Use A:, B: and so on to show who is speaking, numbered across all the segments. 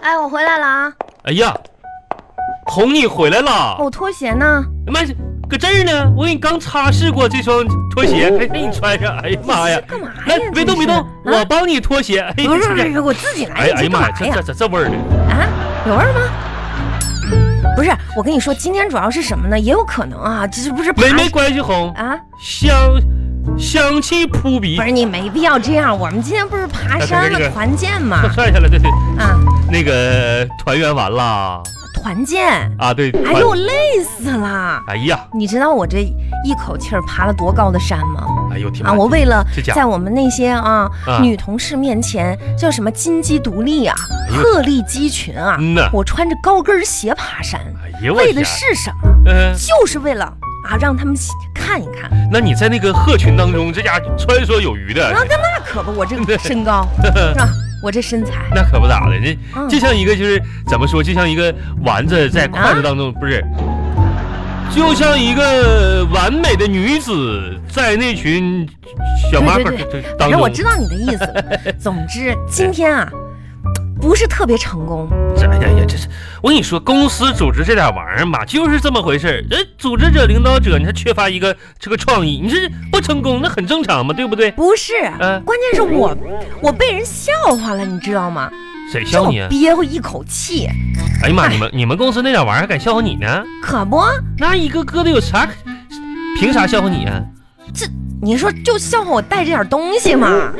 A: 了啊！哦
B: 哎呀，红你回来了！
A: 我拖鞋呢？
B: 妈，搁这儿呢！我给你刚擦拭过这双拖鞋，快给你穿上！哎呀妈呀！
A: 干嘛呀？
B: 来
A: 这，
B: 别动
A: 是
B: 别动
A: 啊，
B: 我帮你脱鞋。哎
A: 不是不是，不是我自己来
B: 哎
A: 的。
B: 呀哎
A: 你这
B: 呀
A: 干
B: 妈呀，
A: 嘛
B: 这
A: 呀
B: 这？这这味儿的，
A: 啊，有味儿吗？不是，我跟你说，今天主要是什么呢？也有可能啊，这是不是爬
B: 没没关系，红，
A: 啊？
B: 香香气扑鼻
A: 不，是你没必要这样，我们今天不是爬山
B: 这
A: 了，
B: 个这个
A: 团建 嘛
B: 快晒下来，对对，
A: 啊，
B: 那个团圆完啦
A: 团建。
B: 啊，对，
A: 哎
B: 团
A: 呦，，累死了！
B: 哎呀，
A: 你知道我这一口气儿爬了多高的山吗？
B: 哎呦天
A: 啊，我为了
B: 这家伙
A: 在我们那些啊
B: 啊
A: 女同事面前叫什么金鸡独立啊、
B: 哎呦
A: 鹤立鸡群啊
B: 嗯呐，
A: 我穿着高跟鞋爬山，
B: 哎呀我
A: 为的
B: 天，
A: 是什么？
B: 嗯，
A: 就是为了啊让他们看一看。
B: 那你在那个鹤群当中，这家伙穿梭有余的
A: 然，后跟啊那可不， 我这个身高是吧？我这身材，
B: 那可不咋的，这
A: 嗯啊
B: 就像一个就是怎么说，就像一个丸子在筷子当中，不是，就像一个完美的女子在那群小麻
A: 对
B: 瓜
A: 对对 反
B: 当中，
A: 正我知道你的意思了。 总之，今天啊不是特别成功，
B: 这哎呀呀，这是我跟你说，公司组织这点玩意儿嘛，就是这么回事儿。这组织者、领导者，你还缺乏一个这个创意，你这不成功，那很正常嘛，对不对？
A: 不是，
B: 嗯
A: 关键是我我被人笑话了，你知道吗？
B: 谁
A: 就
B: 笑
A: 我
B: 你啊？
A: 憋回一口气，
B: 哎呀妈，你们你们公司那点玩意儿还敢笑话你呢？
A: 可不。
B: 那一个个的有啥可？凭啥笑话你啊？
A: 你说就笑话我带这点东西嘛？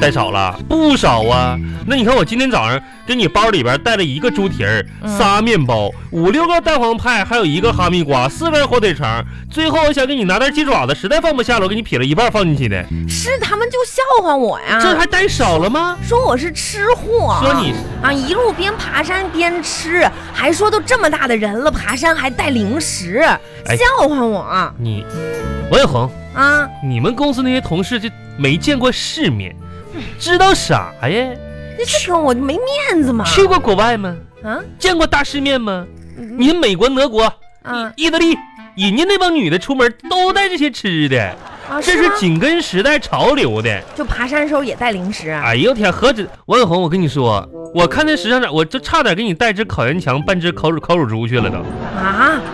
B: 带少了不少啊。那你看我今天早上给你包里边带了一个猪蹄儿、
A: 嗯
B: 仨面包、五六个蛋黄派，还有一个哈密瓜、四根火腿肠。最后我想给你拿点鸡爪子，实在放不下了，我给你撇了一半放进去的。
A: 是他们就笑话我呀，
B: 这还带少了吗？
A: 说我是吃货，
B: 说你
A: 啊，一路边爬山边吃，还说都这么大的人了，爬山还带零食，
B: 哎
A: 笑话我啊！
B: 你王小红，你们公司那些同事就没见过世面，知道啥呀？
A: 那这个我没面子嘛？
B: 去过国外吗？
A: 啊，
B: 见过大世面吗？
A: 你
B: 你美国、德国、
A: 啊
B: 意大利，人家那帮女的出门都带这些吃的。
A: 啊，
B: 这
A: 是吗
B: 是紧跟时代潮流的。
A: 就爬山的时候也带零食啊？
B: 哎呦天，何止王小红，我跟你说，我看那时尚展，我就差点给你带只烤羊肠、半只烤乳烤乳猪去了都。嗯，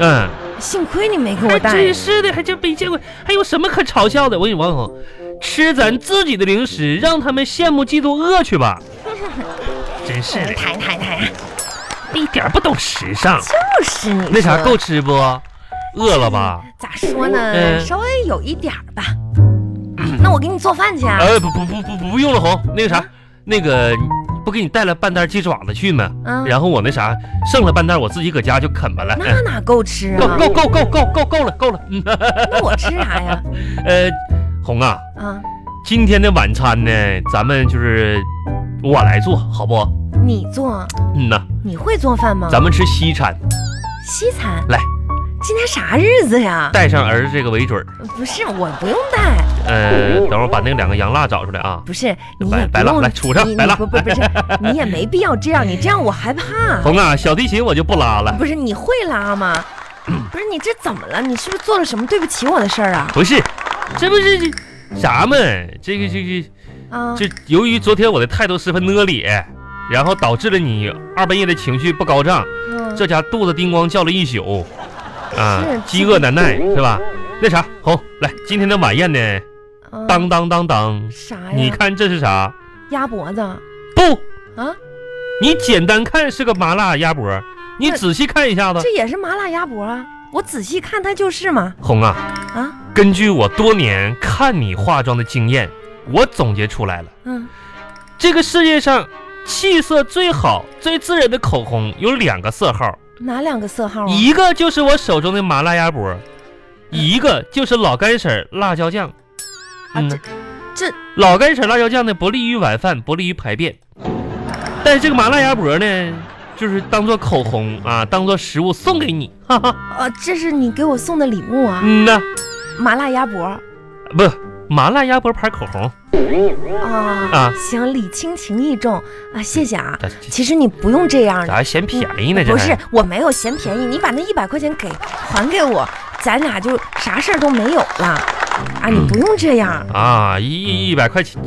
A: 啊幸亏你没给我
B: 还
A: 带
B: 真，是的，还真没见过，还有什么可嘲笑的？我跟你说王小红，吃咱自己的零食，让他们羡慕、嫉妒、饿 去吧。真是的，
A: 抬抬抬，
B: 一点不懂时
A: 哎
B: 尚。
A: 就是你
B: 那啥
A: 说
B: 够吃不？饿了吧？
A: 咋说呢？
B: 嗯
A: 稍微有一点儿吧。那我给你做饭去啊。
B: 呃，不不不不不用了，红，那个啥，那个不给你带了半袋鸡爪子去吗？
A: 嗯，
B: 然后我那啥剩了半袋，我自己搁家就啃吧了。
A: 那
B: 嗯
A: 哪够吃
B: 够
A: 啊？
B: 够够够够够够了够了。嗯
A: 那我吃啥呀？
B: 呃，红啊，
A: 啊，
B: 今天的晚餐呢，咱们就是我来做好不？
A: 你做，
B: 嗯呐，
A: 你会做饭吗？
B: 咱们吃西餐，
A: 西餐
B: 来，
A: 今天啥日子呀？
B: 带上儿子这个为准儿。
A: 不是，我不用带，哦
B: 呃，等会儿把那两个羊辣找出来啊。
A: 不是你
B: 白
A: 也不
B: 白浪
A: 用，
B: 来杵上
A: 你
B: 白
A: 你
B: 浪
A: 不 不不是，你也没必要这样，你这样我害怕。
B: 红啊，小提琴我就不拉了。
A: 不是你会拉吗？
B: 嗯
A: 不是你这怎么了？你是不是做了什么对不起我的事儿啊？
B: 不是，这不是这咱们这个这个
A: 啊，
B: 这，由于昨天我的态度十分呢咧，然后导致了你二半夜的情绪不高涨。
A: 嗯
B: 这家肚子叮咣叫了一宿，啊
A: 是，
B: 饥饿难耐是吧？那啥，红来，今天的晚宴呢？
A: 啊
B: 当当当当，
A: 啥
B: 你
A: 哎呀？
B: 看这是啥？
A: 鸭脖子啊？
B: 不，你简单看是个麻辣鸭脖，你仔细看一下子，
A: 这也是麻辣鸭脖啊？我仔细看它就是嘛。
B: 红啊，
A: 啊，
B: 根据我多年看你化妆的经验，我总结出来了，
A: 嗯，
B: 这个世界上气色最好、最自然的口红有两个色号，
A: 哪两个色号啊？
B: 一个就是我手中的麻辣鸭脖，一个就是老干婶儿辣椒酱。
A: 啊
B: 嗯
A: 这这
B: 老干婶辣椒酱呢，不利于晚饭，不利于排便。但是这个麻辣鸭脖呢，就是当做口红啊，当做食物送给你。 哈哈，
A: 啊，这是你给我送的礼物啊，
B: 嗯呐，
A: 麻辣鸭脖
B: 不，麻辣鸭脖牌口红
A: 啊。
B: 啊，
A: 行，礼轻情意重啊，谢谢啊。
B: 咋
A: 其实你不用这样，
B: 咋还嫌便宜呢？这
A: 不
B: 还
A: 是我没有嫌便宜，你把那一百块钱给还给我，咱俩就
B: 嗯
A: 啥事儿都没有了啊！你不用这样，
B: 啊，一一百块钱，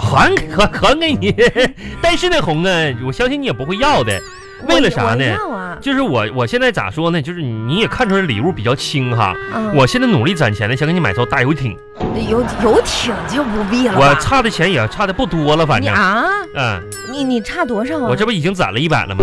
B: 还还还给你。 但是呢，红啊，我相信你也不会要的。嗯为了啥
A: 我
B: 呢？
A: 要啊，
B: 就是我我现在咋说呢？就是你也看出来礼物比较轻哈。
A: 嗯，
B: 我现在努力攒钱呢，想给你买艘大游艇。
A: 游游艇就不必了
B: 我
A: 吧？
B: 差的钱也差的不多了，反
A: 你
B: 正。
A: 啊，
B: 嗯，
A: 你你差多少啊？
B: 我这不已经攒了一百了吗？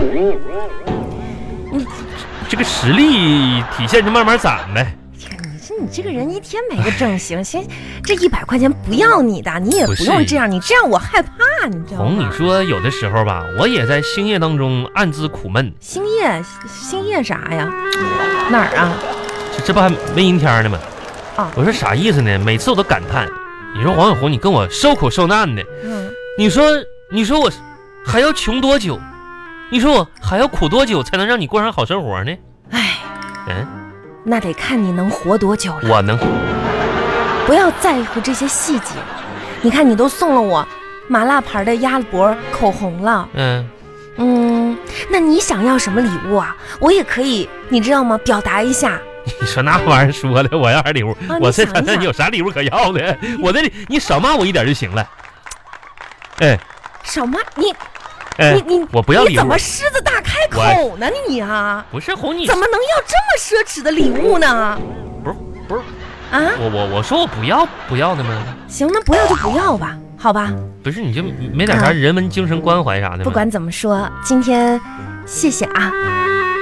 B: 这个实力体现就慢慢攒呗。
A: 天你这你这个人一天没个正形，先这一百块钱不要你的，你也
B: 不
A: 不
B: 是
A: 用这样，你这样我害怕，你知道
B: 红，
A: 吗？
B: 你说有的时候吧，我也在星夜当中暗自苦闷，
A: 星夜星夜啥呀？哪儿啊？
B: 这这不还没阴天呢吗？
A: 啊
B: 我说啥意思呢？每次我都感叹，你说黄小红，你跟我受苦受难的，
A: 嗯，
B: 你说你说我还要穷多久？你说我还要苦多久才能让你过上好生活呢？
A: 哎，
B: 嗯，
A: 那得看你能活多久了。
B: 我能，
A: 不要在乎这些细节。你看，你都送了我麻辣牌的鸭脖口红了，
B: 嗯，
A: 嗯，那你想要什么礼物啊？我也可以，你知道吗？表达一下。
B: 你说那玩意儿说的，我要啥礼物？
A: 啊
B: 我
A: 你
B: 这
A: 想一想
B: 有啥礼物可要的？我这里你少骂我一点就行了。哎
A: 少妈，你
B: 哎
A: 你你，
B: 我不要
A: 你
B: 礼
A: 怎
B: 物
A: 么，狮子大开口呢？你啊，
B: 不是 哄你，
A: 怎么能要这么奢侈的礼物呢？
B: 不是不是，
A: 啊，
B: 我我我说我不要不要的吗？
A: 行，那不要就不要吧，好吧。
B: 不是你就没点啥
A: 啊
B: 人文精神关怀啥的吗？
A: 不管怎么说，今天谢谢啊。
B: 啊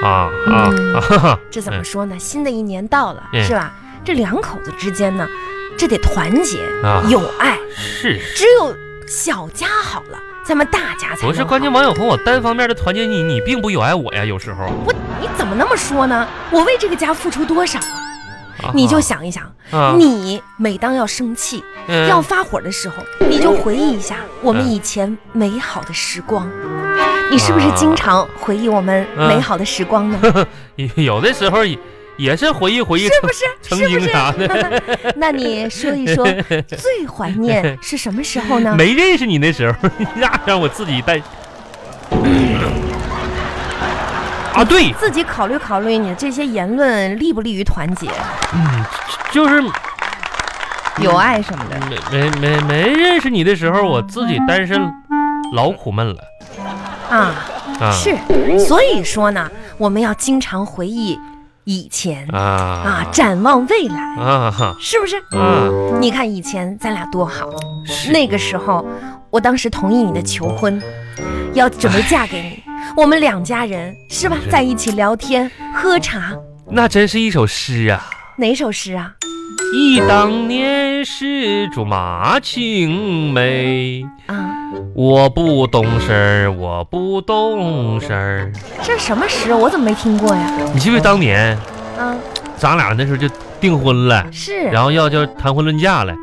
B: 啊
A: 嗯
B: 啊！哈哈
A: 这怎么说呢？新的一年到了，
B: 嗯
A: 是吧？这两口子之间呢，这得团结
B: 啊
A: 友爱，
B: 是是，
A: 只有小家好了，咱们大家才
B: 不是
A: 能
B: 关键。
A: 好
B: 王小红，我单方面的团结你，你并不友爱我呀，有时候。
A: 我你怎么那么说呢？我为这个家付出多少？
B: 啊
A: 你就想一想，
B: 啊
A: 你每当要生气、
B: 嗯
A: 要发火的时候，你就回忆一下我们以前美好的时光。你是不是
B: 啊
A: 经常回忆我们
B: 嗯
A: 美好的时光呢？
B: 有的时候也也是回忆回忆
A: 是
B: 曾
A: 不是？
B: 曾
A: 是不
B: 经啊
A: 是？
B: 啥的，
A: 那你说一说，最怀念是什么时候呢？
B: 没认识你那时候， 那让我自己 带。啊，对，
A: 自己考虑考虑，你这些言论利不利于团结、
B: 嗯，就是
A: 友爱什么的？
B: 没没没没认识你的时候，我自己单身老苦闷了
A: 啊，
B: 啊。
A: 是。所以说呢，我们要经常回忆以前
B: 啊
A: 啊，
B: 啊
A: 展望未来，
B: 啊哈
A: 是不是？
B: 啊！
A: 你看以前咱俩多好，
B: 是
A: 那个时候，我当时同意你的求婚，要准备嫁给你，我们两家人是吧
B: 哦是，
A: 在一起聊天喝茶，
B: 那真是一首诗啊！
A: 哪首诗啊？
B: 忆当年是竹马青梅，
A: 啊，
B: 我不懂事儿，我不懂事儿。
A: 这是什么诗？啊我怎么没听过呀？
B: 你记不记得当年
A: 啊，
B: 咱俩那时候就订婚了，
A: 是，
B: 然后要就谈婚论嫁了，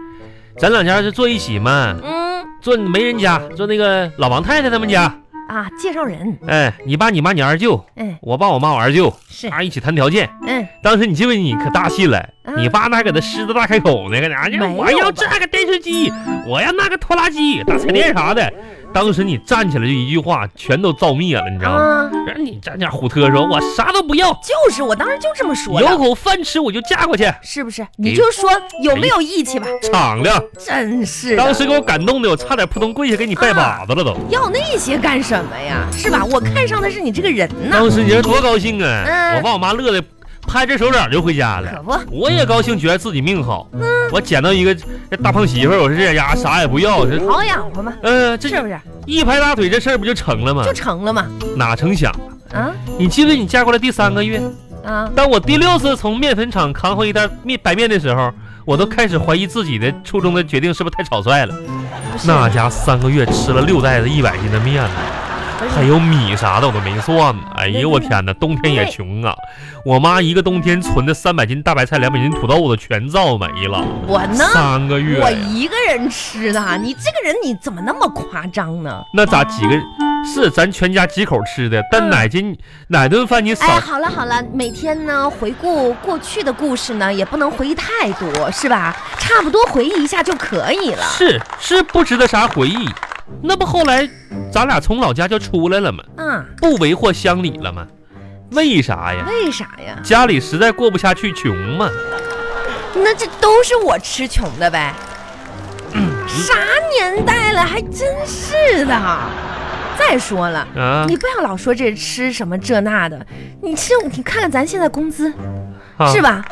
B: 咱两家就坐一起嘛，
A: 嗯
B: 坐媒人家，坐那个老王太太他们家。
A: 啊，介绍人，
B: 哎，你爸、你妈、你二舅，
A: 嗯，
B: 我爸、我妈、我二舅，
A: 是，
B: 啊，一起谈条件。
A: 嗯。
B: 当时你记不记得你可大气了，
A: 啊
B: 你爸那还搁那狮子大开口呢，搁那
A: 没有吧
B: 我要这个电视机，我要那个拖拉机、大彩电啥的。当时你站起来就一句话，全都造灭了，你知道吗？
A: 啊，
B: 然后你站那胡特说，我啥都不要，
A: 就是，我当时就这么说
B: 有
A: 的，
B: 口饭吃我就嫁过去，
A: 是不是？你就说有没有义气吧，
B: 敞亮。
A: 真是
B: 当
A: 的，啊
B: 时给我感动的，我差点扑通跪下给你拜把子了都。
A: 要那些干什么呀？是
B: 嗯
A: 吧？我看上的是你这个人呐，
B: 当时你说多高兴啊！
A: 嗯
B: 我爸我妈乐的拍着手掌就回家了
A: 可。不，
B: 我也高兴，觉得自己命好。
A: 嗯
B: 我捡到一个这大胖媳妇儿，我说这丫啥也不要，这
A: 好养活嘛，
B: 呃，这
A: 是不是
B: 一拍大腿，这事儿不就成了吗
A: 就？成了嘛？
B: 哪成想，
A: 啊
B: 你记不记得你嫁过来第三个月，
A: 啊，
B: 当我第六次从面粉厂扛回一袋面白面的时候，我都开始怀疑自己的初衷的决定是不是太草率了。
A: 不是
B: 那家三个月吃了六袋子一百斤的面呢，
A: 不是
B: 还有米啥的我都没算呢。哎呦我天哪，冬天也穷啊！我妈一个冬天存的三百斤大白菜、两百斤土豆子全造没了，
A: 我呢，
B: 三个月
A: 我
B: 呀。
A: 一个人吃的，你这个人你怎么那么夸张呢？
B: 那咋几个？是咱全家几口吃的，但
A: 嗯
B: 哪斤哪顿饭你少
A: 哎，好了好了，每天呢回顾过去的故事呢，也不能回忆太多，是吧？差不多回忆一下就可以了。
B: 是是不值得啥回忆。那不后来咱俩从老家就出来了吗？
A: 啊，
B: 不为祸乡里了吗？为啥呀？
A: 为啥呀？
B: 家里实在过不下去，穷嘛。嗯
A: 那这都是我吃穷的呗，啥年代了，还真是的。再说了，
B: 啊
A: 你不要老说这吃什么这那的，你吃你看看咱现在工资、是
B: 吧？
A: 吧？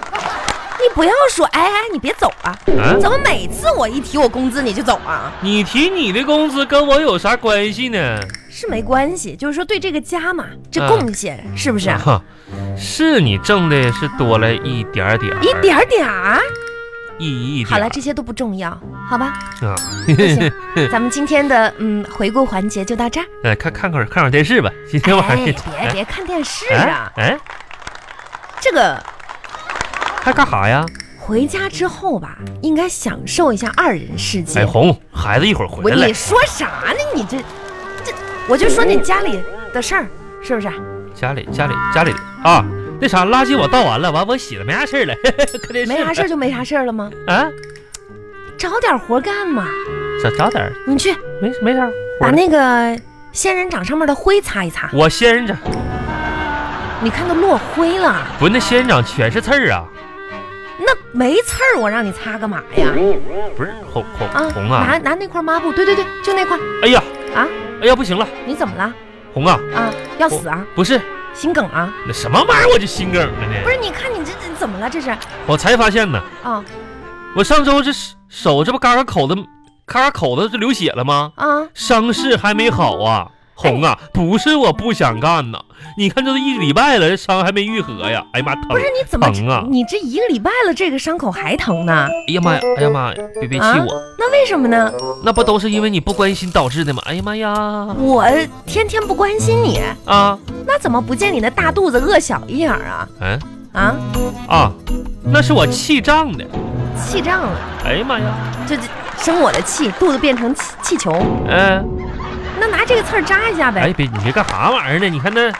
A: 你不要说，哎哎，你别走啊！
B: 啊
A: 怎么每次我一提我工资你就走啊？
B: 你提你的工资跟我有啥关系呢？
A: 是没关系，就是说对这个家嘛，这
B: 嗯
A: 贡献、是不是？啊
B: 哈，是你挣的是多了一点儿点儿，
A: 一点儿点儿，
B: 一一点儿。
A: 好了，这些都不重要，好吧？
B: 啊，
A: 那行， 咱们今天的嗯回顾环节就到这儿。
B: 呃，看看会儿看会儿电视吧，今天晚上
A: 哎，
B: 也
A: 别别看电视啊，
B: 哎，哎
A: 这个
B: 还干啥呀？
A: 回家之后吧，应该享受一下二人世界。
B: 哎，红孩子一会儿
A: 我
B: 回来
A: 你，说啥呢？你这这，我就说你家里的事儿是不是？
B: 家里家里家里啊，那啥垃圾我倒完了，完我洗了没啥事儿了， 看电视
A: 没啥事儿就没啥事儿了吗？
B: 啊，
A: 找点活干嘛？
B: 找找点儿
A: 你去
B: 没没啥，
A: 把那个仙人掌上面的灰擦一擦，
B: 我仙人掌
A: 你看都落灰了，
B: 不是那仙人掌全是刺儿啊，
A: 那没刺儿，我让你擦干嘛呀？
B: 不是红红
A: 啊，
B: 红啊
A: 拿，拿那块抹布，对对对，就那块。
B: 哎呀
A: 啊，
B: 哎呀不行了，
A: 你怎么了？
B: 红啊，
A: 啊，要死啊？
B: 不是
A: 心梗啊？
B: 那什么玩意儿我就心梗了呢
A: 不，是，你看你这这怎么了？这是啊、啊
B: 我才发现呢，我上周这手手这不嘎嘎口子嘎嘎口子就流血了吗？
A: 啊！
B: 伤势还没好啊，红啊，不是我不想干呐，你看这都一礼拜了，这伤还没愈合呀，哎呀妈疼！
A: 不是你怎么这、
B: 疼啊
A: 你这一个礼拜了，这个伤口还疼呢？
B: 哎呀妈呀，哎呀妈呀，别别气
A: 啊
B: 我，
A: 那为什么呢？
B: 那不都是因为你不关心导致的吗？哎呀妈呀，
A: 我天天不关心你，
B: 啊，
A: 那怎么不见你的大肚子饿小一眼儿啊？
B: 嗯
A: 啊，
B: 啊，那是我气胀的，
A: 气胀了，
B: 哎呀妈呀，
A: 就这生我的气，肚子变成气气球，
B: 嗯、
A: 那拿这个刺儿扎一下呗。
B: 哎别你别干啥玩意儿呢？你看那